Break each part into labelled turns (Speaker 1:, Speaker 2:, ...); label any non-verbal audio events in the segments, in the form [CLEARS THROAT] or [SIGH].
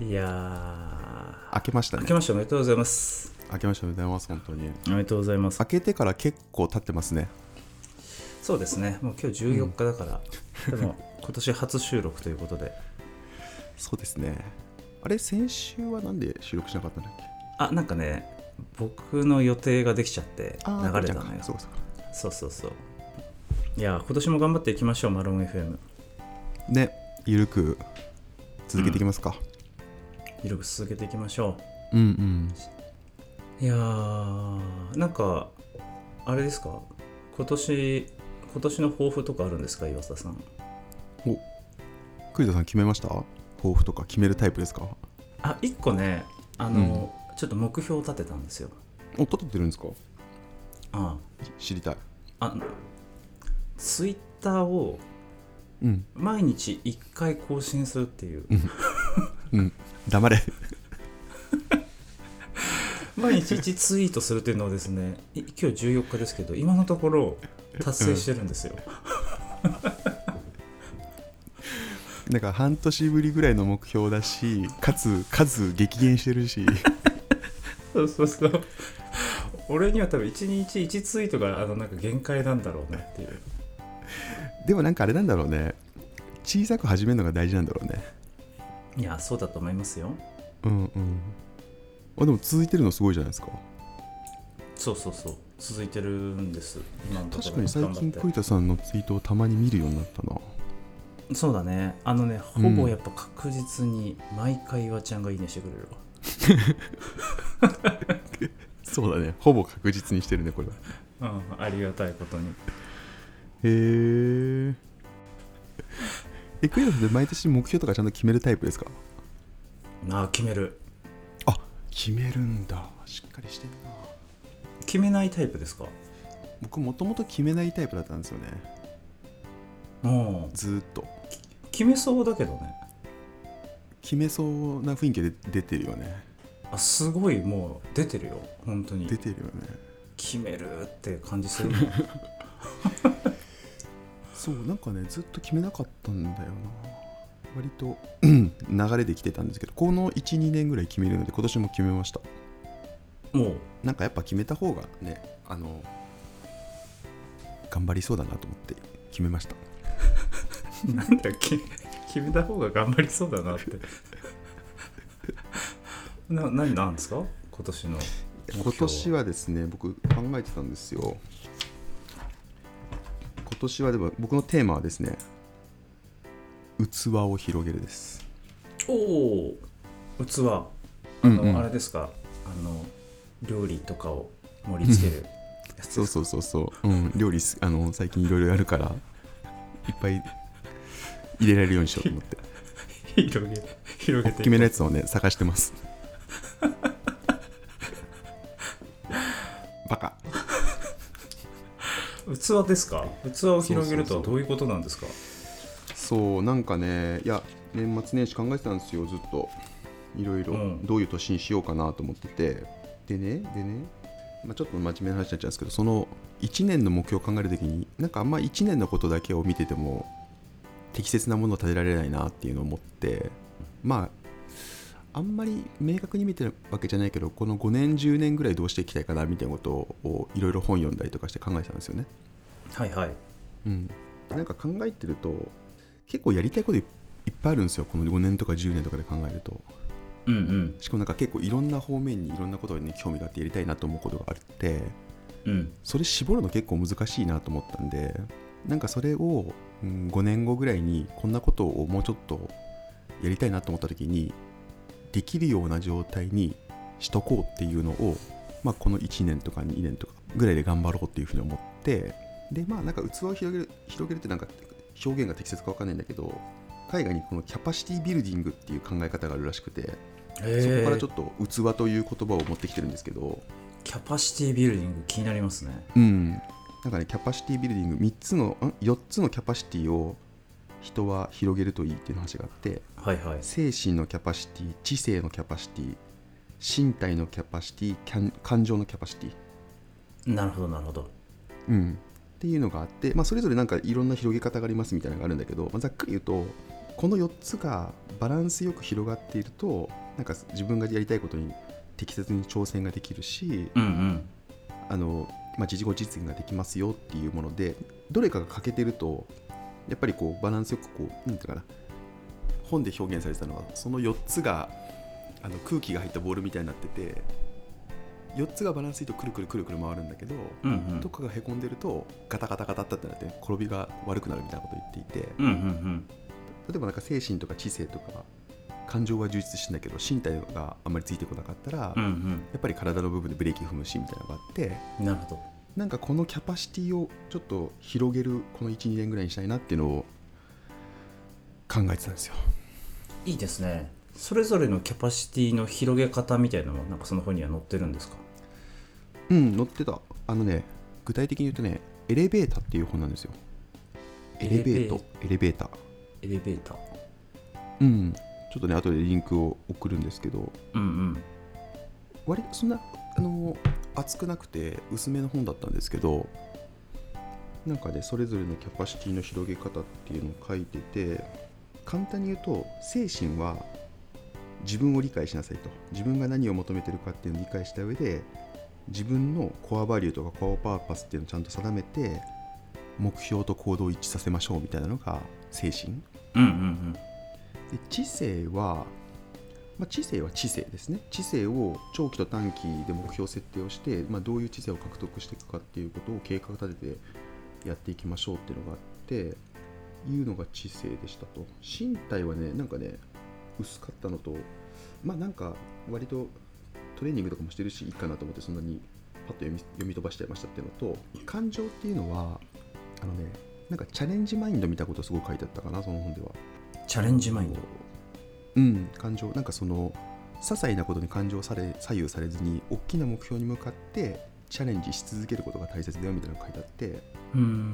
Speaker 1: いや
Speaker 2: 明けました
Speaker 1: ー、
Speaker 2: ね
Speaker 1: 明けましておめでとうございます。
Speaker 2: 明けましておめでとうございます本当に
Speaker 1: おめでとうございます。
Speaker 2: 明けてから結構経ってますね
Speaker 1: そうですね、もう今日14日だから、でも今年初収録ということで、
Speaker 2: そうですねあれ先週はなんで収録しなかったんだっけ
Speaker 1: あ、なんかね、僕の予定ができちゃって
Speaker 2: ー
Speaker 1: 流れたのよ。
Speaker 2: そうかそうか
Speaker 1: そうそうそう。いやー、今年も頑張っていきましょう、マロン FM。
Speaker 2: ねゆるく続けていきますか、
Speaker 1: 緩く続けていきましょ
Speaker 2: うん、うん
Speaker 1: う。いやー、なんか、あれですか、今年、今年の抱負とかあるんですか、岩佐さん。
Speaker 2: クイズさん決めました抱負とか決めるタイプですか
Speaker 1: あ、一個ね、あの、ちょっと目標を立てたんですよ。
Speaker 2: お立ててるんですか
Speaker 1: あ
Speaker 2: 知りたい
Speaker 1: あツイッターを
Speaker 2: うん
Speaker 1: 毎日1回更新するっていう
Speaker 2: うん黙れ [LAUGHS]
Speaker 1: 毎日1ツイートするっていうのをですねい今日14日ですけど今のところ達成してるんですよ、
Speaker 2: なんか半年ぶりぐらいの目標だしかつ数激減してるし [LAUGHS]
Speaker 1: そうそうそう俺には多分1日1ツイートがあのなんか限界なんだろうねっていう
Speaker 2: でもなんかあれなんだろうね小さく始めるのが大事なんだろうね
Speaker 1: いやそうだと思いますよ
Speaker 2: うんうんあでも続いてるのすごいじゃないですか
Speaker 1: そうそうそう続いてるんです今のところ
Speaker 2: 確かに最近
Speaker 1: 頑張
Speaker 2: 栗
Speaker 1: っ
Speaker 2: 田さんのツイートをたまに見るようになったな
Speaker 1: てそうだねあのねほぼやっぱ確実に毎回岩ちゃんがいいねしてくれるわ、
Speaker 2: そうだねほぼ確実にしてるねこれは
Speaker 1: うん、ありがたいことに
Speaker 2: へーえ栗田さんって毎年目標とかちゃんと決めるタイプですか
Speaker 1: まあ決める
Speaker 2: あ決めるんだしっかりしてんな
Speaker 1: 決めないタイプですか
Speaker 2: 僕もともと決めないタイプだったんですよね
Speaker 1: うん
Speaker 2: ずーっと
Speaker 1: 決めそうだけどね
Speaker 2: 決めそうな雰囲気で出てるよね
Speaker 1: あすごいもう出てるよ本当に
Speaker 2: 出てるよね
Speaker 1: 決めるって感じす
Speaker 2: [LAUGHS]
Speaker 1: るもん
Speaker 2: そうなんかねずっと決めなかったんだよな割と [CLEARS THROAT] 流れできてたんですけどこの12年ぐらい決めるので今年も決めました
Speaker 1: もう
Speaker 2: なんかやっぱ決めた方がねあの頑張りそうだなと思って決めました
Speaker 1: なんだっけ決めた方が頑張りそうだなって [LAUGHS] な何なんですか今年の
Speaker 2: 今年
Speaker 1: は
Speaker 2: はですね僕考えてたんですよ今年はでも僕のテーマはですね器を広げるです
Speaker 1: おおー器あの、あれですかあの料理とかを盛り付けるやつですか
Speaker 2: そうそうそうそう、うん、料理すあの最近いろいろやるからいっぱい [LAUGHS] 入れられるようにしようと思っ
Speaker 1: [LAUGHS]
Speaker 2: て
Speaker 1: 広げ広げてい
Speaker 2: 決めのやつをね探して [LAUGHS] ますバカ
Speaker 1: 器ですか器を広げるとはどういうことなんですか
Speaker 2: そうなんかねいや年末年始考えてたんですよずっといろいろ
Speaker 1: うん
Speaker 2: どういう年にしようかなと思っててでねでね、まあ、ちょっと真面目な話になっちゃうんですけどその1年の目標を考えるときになんかあんま1年のことだけを見てても適切なものを立てられないなっていうのを思ってまああんまり明確に見てるわけじゃないけどこの5年10年ぐらいどうしていきたいかなみたいなことをいろいろ本読んだりとかして考えてたんですよね。
Speaker 1: はいはい
Speaker 2: うん、なんか考えてると結構やりたいこといいっぱいあるんですよこの5年とか10年とかで考えると
Speaker 1: うんうん
Speaker 2: しかもなんか結構いろんな方面にいろんなことに興味があってやりたいなと思うことがあって
Speaker 1: うん
Speaker 2: それ絞るの結構難しいなと思ったんでなんかそれを、うん、5年後ぐらいにこんなことをもうちょっとやりたいなと思った時にできるような状態にしとこうっていうのを、まあ、この1年とか2年とかぐらいで頑張ろうっていうふうに思ってでまあなんか器を広げる広げるってなんか表現が適切か分かんないんだけど海外にこのキャパシティビルディングっていう考え方があるらしくてそこからちょ
Speaker 1: っと
Speaker 2: っと器という言葉を持ってきてるんですけど
Speaker 1: キャパシティビルディング気になりますね
Speaker 2: うん、なんかねキャパシティビルディング3つのん4つのキャパシティを人は広げるといいっていう話があって
Speaker 1: はいはい
Speaker 2: 精神のキャパシティ知性のキャパシティ身体のキャパシティキャン感情のキャパシティ、
Speaker 1: なるほどなるほど
Speaker 2: うん、っていうのがあって、まあ、それぞれなんかいろんな広げ方がありますみたいなのがあるんだけど、まあざっくり言うとこの4つがバランスよく広がっているとなんか自分がやりたいことに適切に挑戦ができるし
Speaker 1: うんうん
Speaker 2: あの、まあ、自己実現ができますよっていうものでどれかが欠けてるとやっぱりこうバランスよくこうなんていうのかな本で表現されてたのはその4つがあの空気が入ったボールみたいになってて4つがバランスいいとくるくるくるくる回るんだけど、
Speaker 1: うんうん
Speaker 2: どっかがへこんでるとガタガタガタってなって転びが悪くなるみたいなことを言っていて、
Speaker 1: うんうん
Speaker 2: 例えばなんか精神とか知性とか感情は充実してんだけど身体があんまりついてこなかったら、
Speaker 1: うんう
Speaker 2: や
Speaker 1: ん
Speaker 2: っぱり体の部分でブレーキ踏むしみたいなのがあって
Speaker 1: うんなるほ
Speaker 2: なんかこのキャパシティをちょっと広げるこの12年ぐらいにしたいなっていうのを考えてたんですよ
Speaker 1: どいいですねそれぞれのキャパシティの広げ方みたいなのもなんかその本には載ってるんですか
Speaker 2: うん載ってたあのね具体的に言うとねエレベーターっていう本なんですよエレベートエレベーター
Speaker 1: エレベーター
Speaker 2: うんちょっとね後でリンクを送るんですけど
Speaker 1: うん
Speaker 2: 割とそんなあの厚くなくて薄めの本だったんですけどなんかねそれぞれのキャパシティの広げ方っていうのを書いてて簡単に言うと精神は自分を理解しなさいと自分が何を求めてるかっていうのを理解した上で自分のコアバリューとかコアパーパスっていうのをちゃんと定めて目標と行動を一致させましょうみたいなのが精神
Speaker 1: うんうんうん
Speaker 2: で知性は、まあ、知性は知性ですね知性を長期と短期で目標設定をして、まあ、どういう知性を獲得していくかっていうことを計画立ててやっていきましょうっていうのがあっていうのが知性でしたと身体はねなんかね薄かったのとまあなんか割とトレーニングとかもしてるしいいかなと思ってそんなにパッと読み読み飛ばしちゃいましたっていうのと感情っていうのはあのねなんかチャレンジマインドみたいなことをすごい書いてあったかなその本では
Speaker 1: うんチャレンジマインド
Speaker 2: うん感情なんかその些細なことに感情され左右されずに大きな目標に向かってチャレンジし続けることが大切だよみたいなのが書いてあって
Speaker 1: うん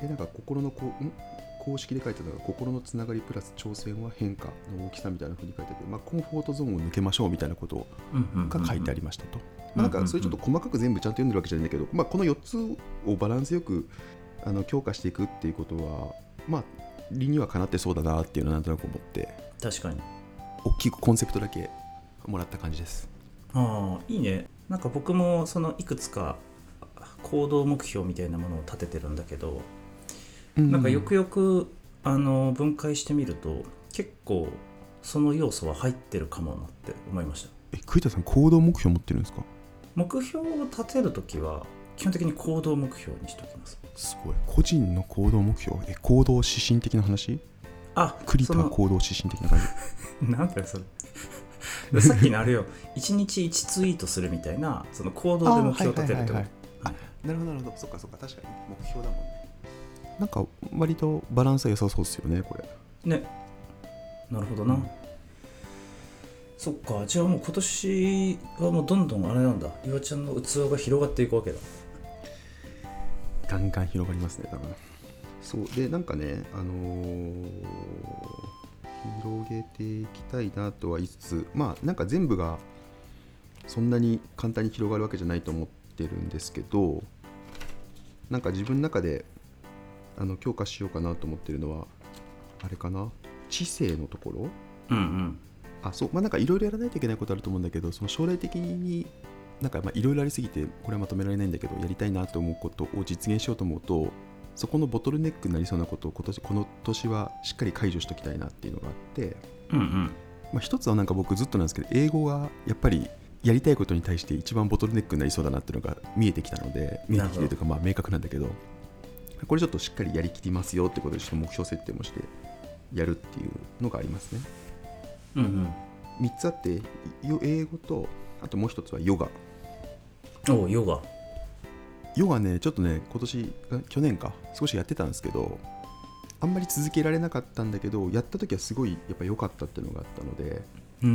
Speaker 2: でなんか心のこうん公式で書いてあったのが心のつながりプラス挑戦は変化の大きさみたいな風に書いてあって、まあ、コンフォートゾーンを抜けましょうみたいなこと
Speaker 1: うんうんうん
Speaker 2: が書いてありましたと、まあ、なんかそれちょっと細かく全部ちゃんと読んでるわけじゃないんだけど、まあ、この4つをバランスよくあの強化していくっていうことはまあ理にはかなってそうだなっていうのはなんとなく思って
Speaker 1: 確かに
Speaker 2: 大きくコンセプトだけもらった感じです
Speaker 1: ああいいねなんか僕もそのいくつか行動目標みたいなものを立ててるんだけど、なんかよくよくあの分解してみると結構その要素は入ってるかもなって思いました
Speaker 2: え栗田さん行動目標持ってるんですか
Speaker 1: 目標を立てるときは基本的に行動目標にしておきます
Speaker 2: すごい個人の行動目標え行動指針的な話
Speaker 1: あ
Speaker 2: 栗
Speaker 1: そ
Speaker 2: 田
Speaker 1: の
Speaker 2: 行動指針的な感じ
Speaker 1: なんだよそれさっきのあれよ1日1ツイートするみたいなその行動で目標を立てるってこと
Speaker 2: なるほどなるほどそっかそっか確かに目標だもんねなんか割とバランスは良さそうですよねこれ
Speaker 1: ねなるほどな、
Speaker 2: うん
Speaker 1: そっかじゃあもう今年はもうどんどんあれなんだ岩ちゃんの器が広がっていくわけだ
Speaker 2: ガンガン広がりますね多分そうでなんかねあのー広げていきたいなとは言いつつまあなんか全部がそんなに簡単に広がるわけじゃないと思ってるんですけどなんか自分の中であの強化しようかなと思ってるのはあれかな知性のところ
Speaker 1: うんうん
Speaker 2: あそうまあなんかいろいろやらないといけないことあると思うんだけどその将来的になんかまあいろいろありすぎてこれはまとめられないんだけどやりたいなと思うことを実現しようと思うとそこのボトルネックになりそうなことを今年この年はしっかり解除しておきたいなっていうのがあって、
Speaker 1: うんうん
Speaker 2: まあ、一つはなんか僕ずっとなんですけど英語がやっぱりやりたいことに対して一番ボトルネックになりそうだなっていうのが見えてきたので見えてきてるというかまあ明確なんだけどこれちょっとしっかりやりきりますよってことでちょっと目標設定もしてやるっていうのがありますね。
Speaker 1: うんうん
Speaker 2: 3つあってい英語とあともう一つはヨガ
Speaker 1: おうヨガ
Speaker 2: ヨガねちょっとね今年ん去年か少しやってたんですけどあんまり続けられなかったんだけどやった時はすごいやっぱ良かったっていうのがあったので
Speaker 1: うー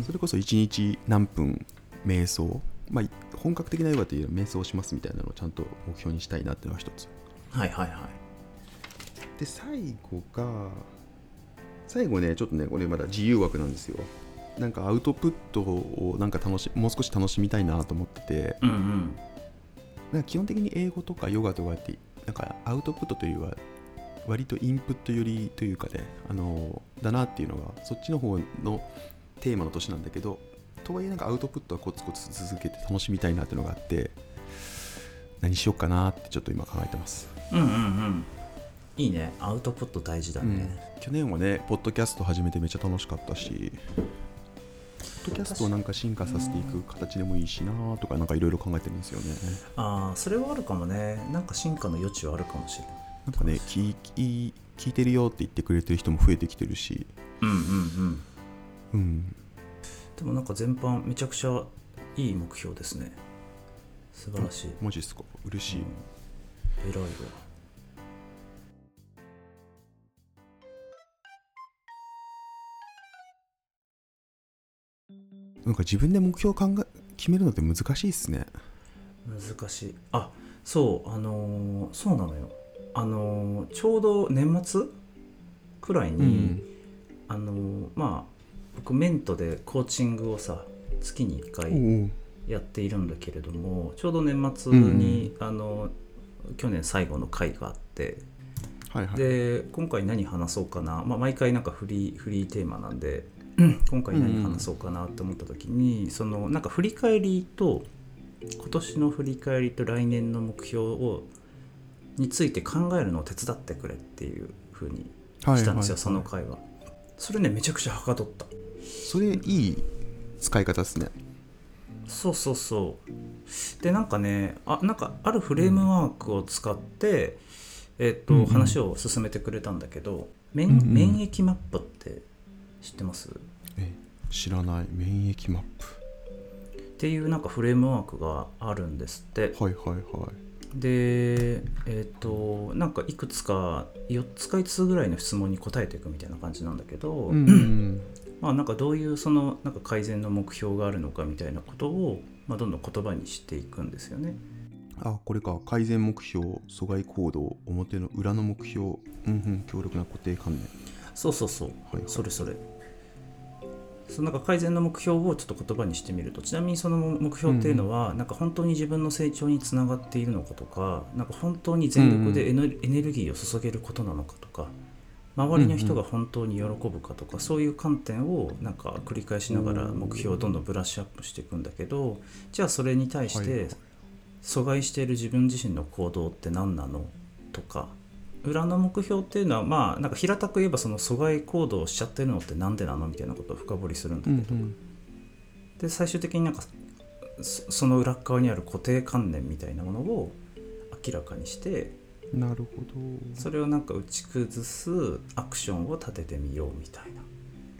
Speaker 1: ん
Speaker 2: それこそ1日何分瞑想まあ本格的なヨガというよりは瞑想しますみたいなのをちゃんと目標にしたいなっていうのが一つ
Speaker 1: はいはいはい
Speaker 2: で最後が最後ねちょっとねこれまだ自由枠なんですよなんかアウトプットをなんか楽しもう少し楽しみたいなと思ってて
Speaker 1: うんうん
Speaker 2: なんか基本的に英語とかヨガとかってなんかアウトプットというよりは割とインプット寄りというかねあのだなっていうのがそっちの方のテーマの年なんだけどとはいえなんかアウトプットはコツコツ続けて楽しみたいなっていうのがあって何しようかなってちょっと今考えてます、
Speaker 1: うんうんうんいいねアウトプット大事だ
Speaker 2: うん
Speaker 1: ね、
Speaker 2: 去年はねポッドキャスト始めてめっちゃ楽しかったしポッドキャストをなんか進化させていく形でもいいしなとかなんかいろいろ考えてるんですよね
Speaker 1: ああそれはあるかもねなんか進化の余地はあるかもしれない
Speaker 2: なんかね聞い聞いてるよって言ってくれてる人も増えてきてるし
Speaker 1: うんうんうん
Speaker 2: うん
Speaker 1: でもなんか全般めちゃくちゃいい目標ですね素晴らしい、
Speaker 2: マジっすか嬉しい、
Speaker 1: 偉いわ
Speaker 2: なんか自分で目標を考え決めるのって難しいっすね
Speaker 1: 難しいあそうあのーそうなのよあのーちょうど年末くらいに、あのーまあ僕メントでコーチングをさ月に1
Speaker 2: お
Speaker 1: 回
Speaker 2: う
Speaker 1: やっているんだけれどもちょうど年末に、あの去年最後の回があって
Speaker 2: はいはい
Speaker 1: で今回何話そうかな、まあ、毎回なんかフリーフリーテーマなんで今回何話そうかなって思った時に、そのなんか振り返りと今年の振り返りと来年の目標をについて考えるのを手伝ってくれっていう風に
Speaker 2: はい
Speaker 1: したんで
Speaker 2: はい
Speaker 1: すよ、その回は。それねめちゃくちゃはかどった。
Speaker 2: それいい使い方ですね
Speaker 1: そうそうそうでなんかねあなんかあるフレームワークを使って、えっと
Speaker 2: うんうん
Speaker 1: 話を進めてくれたんだけど免,、
Speaker 2: うんうん
Speaker 1: 免疫マップって知ってますっ
Speaker 2: え知らない免疫マッ
Speaker 1: ていうなんかフレームワークがあるんですって
Speaker 2: プはいはいはい
Speaker 1: でえっとなんかいくつか4つか5つぐらいの質問に答えていくみたいな感じなんだけど、
Speaker 2: ん
Speaker 1: まあ、なんかどういうそのなんか改善の目標があるのかみたいなことを、まあ、どんどん言葉にしていくんですよね。
Speaker 2: あこれか改善目標阻害行動表の裏の目標うんうん強力な固定観念
Speaker 1: そうそうそう、
Speaker 2: はい
Speaker 1: それそれそのなんか改善の目標をちょっと言葉にしてみるとちなみにその目標っていうのは、なんか本当に自分の成長につながっているのかとかなんか本当に全力でエネ,、エネルギーを注げることなのかとか周りの人が本当に喜ぶかとか、そういう観点をなんか繰り返しながら目標をどんどんブラッシュアップしていくんだけどじゃあそれに対し
Speaker 2: は
Speaker 1: て阻害している自分自身の行動って何なのとか裏の目標っていうのはまあなんか平たく言えばその阻害行動をしちゃってるのってなんでなのみたいなことを深掘りするんだけど、で最終的になんかそその裏っ側にある固定観念みたいなものを明らかにして
Speaker 2: なるほ
Speaker 1: それをなんか打ち崩すアクションを立ててみようみたい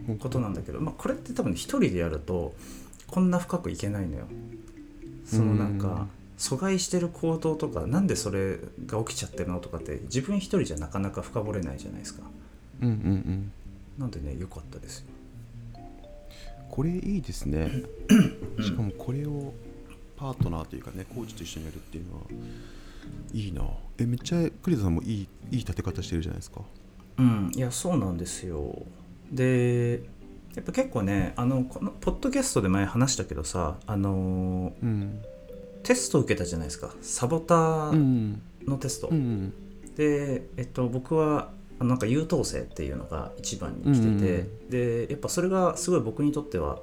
Speaker 1: な
Speaker 2: ど
Speaker 1: ことなんだけど、まあ、これって多分一人でやるとこんな深くいけないのよ。そのなん
Speaker 2: うん
Speaker 1: か阻害してる行動とかなんでそれが起きちゃってるのとかって自分一人じゃなかなか深掘れないじゃないですか。
Speaker 2: うんうんうん
Speaker 1: なんでね良かったですよ。
Speaker 2: これいいですねしかもこれをパートナーというかねコーチと一緒にやるっていうのはいいなえめっちゃ栗田さんもいいいい立て方してるじゃないですか
Speaker 1: うん、いやそうなんですよ。でやっぱ結構ねあのこのポッドキャストで前話したけどさあのー
Speaker 2: うん
Speaker 1: テスト受けたじゃないですかサボター
Speaker 2: ん
Speaker 1: のテスト。
Speaker 2: ん
Speaker 1: で、えっと、僕はあのなんか優等生っていうのが一番に来てて、
Speaker 2: うんうん
Speaker 1: でやっぱそれがすごい僕にとっては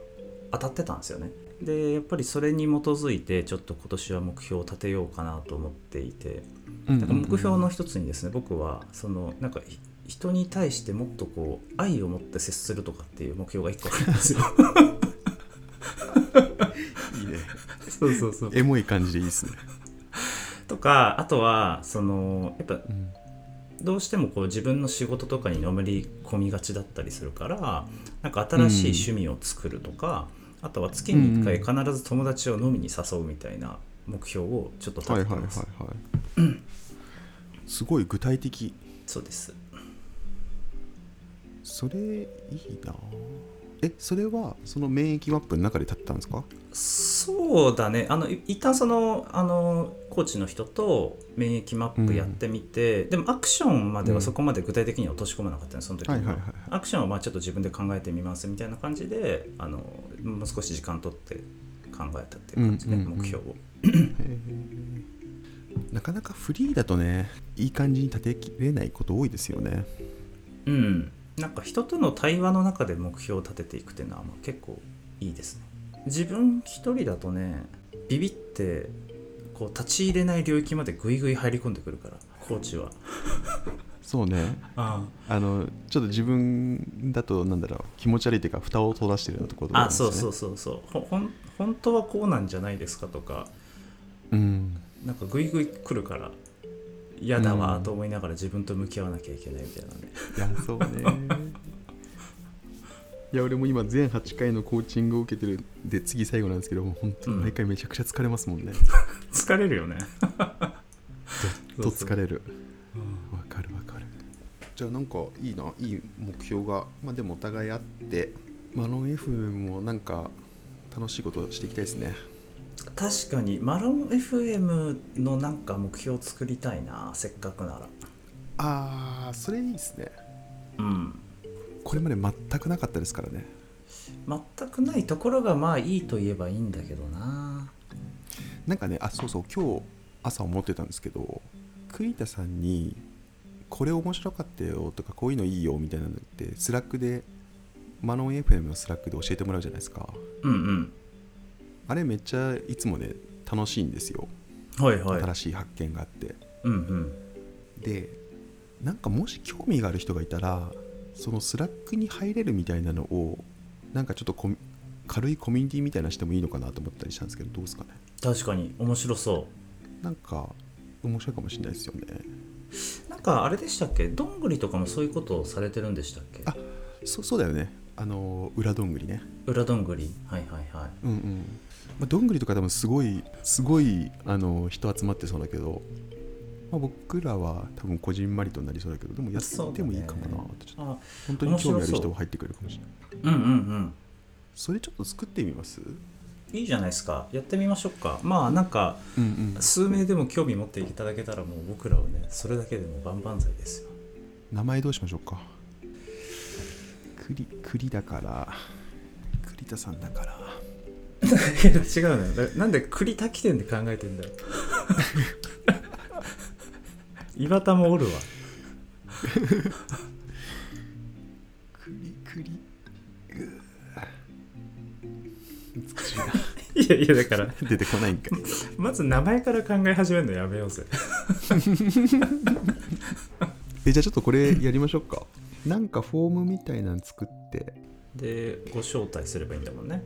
Speaker 1: 当たってたんですよね。でやっぱりそれに基づいてちょっと今年は目標を立てようかなと思っていて。なんか目標の一つにですね僕はそのなんかひ人に対してもっとこう愛を持って接するとかっていう目標が一個あるんですよ。
Speaker 2: [LAUGHS] いいね
Speaker 1: そうそうそう
Speaker 2: [LAUGHS] エモい感じでいいですね、
Speaker 1: とかあとはそのやっぱ
Speaker 2: うん
Speaker 1: どうしてもこう自分の仕事とかにのめり込みがちだったりするからなんか新しい趣味を作るとか、あとは月に1回必ず友達を飲みに誘うみたいな目標をちょっと立
Speaker 2: はい
Speaker 1: て
Speaker 2: はい
Speaker 1: て
Speaker 2: はい
Speaker 1: ま
Speaker 2: は
Speaker 1: す。
Speaker 2: いすごい具体的
Speaker 1: そうです
Speaker 2: それいいなえそれはその免疫マップの中で立ってたんですか
Speaker 1: そうだねあのい一旦そのあのコーチの人と免疫マップやってみて、でもアクションまではそこまで具体的には落とし込まなかったねその時
Speaker 2: はいはい
Speaker 1: は
Speaker 2: はいはい
Speaker 1: アクションはまあちょっと自分で考えてみますみたいな感じであのもう少し時間取って考えたっていう感じで、
Speaker 2: うんうんうん
Speaker 1: 目標を
Speaker 2: へーなかなかフリーだとねいい感じに立てきれないこと多いですよね
Speaker 1: うんなんか人との対話の中で目標を立てていくっていうのはまあ結構いいですね自分一人だとねビビってこう立ち入れない領域までぐいぐい入り込んでくるからコーチは
Speaker 2: そうね
Speaker 1: あ
Speaker 2: あのちょっと自分だとなんだろう気持ち悪いというか蓋を閉ざしてるようなところ
Speaker 1: あそうそううそうそうほほん本当はこうなんじゃないですかとか
Speaker 2: うん
Speaker 1: なんかぐいぐい来るから嫌だわ
Speaker 2: うん
Speaker 1: と思いながら自分と向き合わなきゃいけないみたいなね、
Speaker 2: いやそうね [LAUGHS] いや俺も今全8回のコーチングを受けてるんで次最後なんですけどもう本当に毎回めちゃくちゃ疲れますもんね、
Speaker 1: [LAUGHS] 疲れるよね
Speaker 2: と疲
Speaker 1: る
Speaker 2: れるわかるわかるじゃあなんかいいないい目標がまあでもお互いあってマロン F もなんか楽しいことしていきたいですね
Speaker 1: 確かにマロン FM のなんか目標を作りたいなせっかくなら
Speaker 2: あーそれいいですね
Speaker 1: うん
Speaker 2: これまで全くなかったですからね
Speaker 1: 全くないところがまあいいと言えばいいんだけどな
Speaker 2: なんかねあそうそう今日朝思ってたんですけど栗田さんに「これ面白かったよ」とか「こういうのいいよ」みたいなのってスラックでマロン FM のスラックで教えてもらうじゃないですか
Speaker 1: うんうん
Speaker 2: あれめっちゃいつもね楽しいんですよ
Speaker 1: はいはい
Speaker 2: 新しい発見があって、
Speaker 1: うんうん
Speaker 2: でなんかもし興味がある人がいたらそのスラックに入れるみたいなのをなんかちょっとコミ軽いコミュニティみたいなのしてもいいのかなと思ったりしたんですけどどうですかね
Speaker 1: 確かに面白そ
Speaker 2: なんか面白いかもしれないですよね
Speaker 1: うなんかあれでしたっけどんぐりとかもそういうことをされてるんでしたっけ
Speaker 2: あそうそうだよねあの裏どんぐりね
Speaker 1: 裏どんぐりはいはいはい
Speaker 2: うんうん、まあ、どんぐりとか多分すごいすごいあの人集まってそうだけど、まあ、僕らは多分こじんまりとなりそうだけどでもやってもいいかもなってちょっと
Speaker 1: あ
Speaker 2: 本当に興味あ
Speaker 1: 面白
Speaker 2: る
Speaker 1: そう
Speaker 2: 人は入ってくれるかもしれな
Speaker 1: う
Speaker 2: い
Speaker 1: んうんうん
Speaker 2: それちょっと作ってみます
Speaker 1: いいじゃないですかやってみましょうかまあなんか
Speaker 2: うんうん
Speaker 1: 数名でも興味持っていただけたらもう僕らはねそれだけでも万々歳ですよ
Speaker 2: 名前どうしましょうか栗栗だから栗田さんだから
Speaker 1: [LAUGHS] いや違うのよななんで栗田起点で考えてんだよ岩田もおるわ
Speaker 2: 栗栗うー美しいない
Speaker 1: やいやだから
Speaker 2: 出てこないんかい
Speaker 1: まず名前から考え始めるのやめようぜ
Speaker 2: えじゃあちょっとこれやりましょう [LAUGHS] かなんかフォームみたいなの作って
Speaker 1: でご招待すればいいんだもんね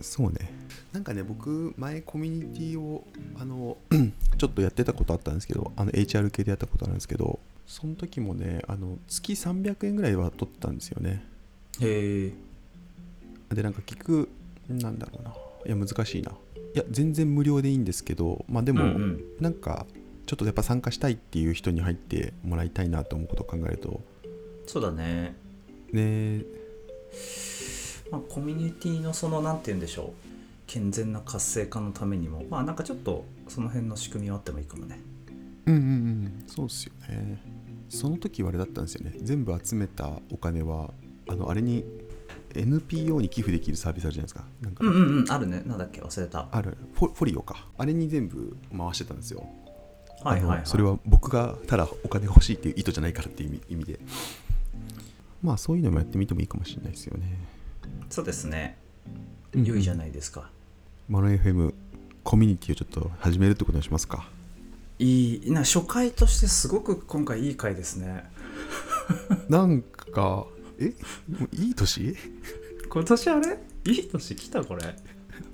Speaker 2: そうねなんかね僕前コミュニティをあ [CLEARS THROAT] のちょっとやってたことあったんですけどあの HR 系でやったことあるんですけどその時もねあの月300円ぐらいは取ってたんですよね
Speaker 1: へえ
Speaker 2: でなんか聞くなんだろうないや難しいないや全然無料でいいんですけどまあで
Speaker 1: うんう
Speaker 2: も、
Speaker 1: ん
Speaker 2: なんかちょっとやっぱ参加したいっていう人に入ってもらいたいなと思うことを考えると
Speaker 1: そうだね、
Speaker 2: ね
Speaker 1: まあ、コミュニティのそのなんて言うんでしょう健全な活性化のためにもまあなんかちょっとその辺の仕組みはあってもいいかもね
Speaker 2: うんうんうんそうっすよねその時はあれだったんですよね全部集めたお金はあのあれに NPO に寄付できるサービスあるじゃないですかなんか、
Speaker 1: うんうんうんあるねなんだっけ忘れたは
Speaker 2: あるフォフォリオかあれに全部回してたんですよ
Speaker 1: いはい、は
Speaker 2: あの
Speaker 1: い、
Speaker 2: それは僕がただお金欲しいっていう意図じゃないからっていう意味意味でまあそういうのもやってみてもいいかもしれないですよね
Speaker 1: そうですね
Speaker 2: うん
Speaker 1: 良いじゃないですか、
Speaker 2: マロン FM コミュニティをちょっと始めるってことにしますか
Speaker 1: いいな初回としてすごく今回いい回ですね
Speaker 2: なんかえもういい年 [LAUGHS]
Speaker 1: 今年あれいい年来たこれ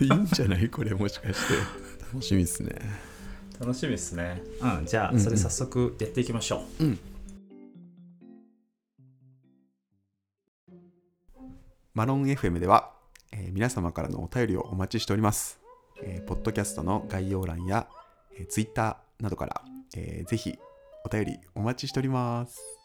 Speaker 2: いいんじゃないこれもしかして楽しみですね
Speaker 1: 楽しみですねうんじゃ
Speaker 2: うんう
Speaker 1: あ
Speaker 2: ん
Speaker 1: それ早速やっていきましょう、
Speaker 2: マロン FM では、えー皆様からのお便りをお待ちしております。えーポッドキャストの概要欄や、えー、Twitter などから、えーぜひお便りお待ちしております。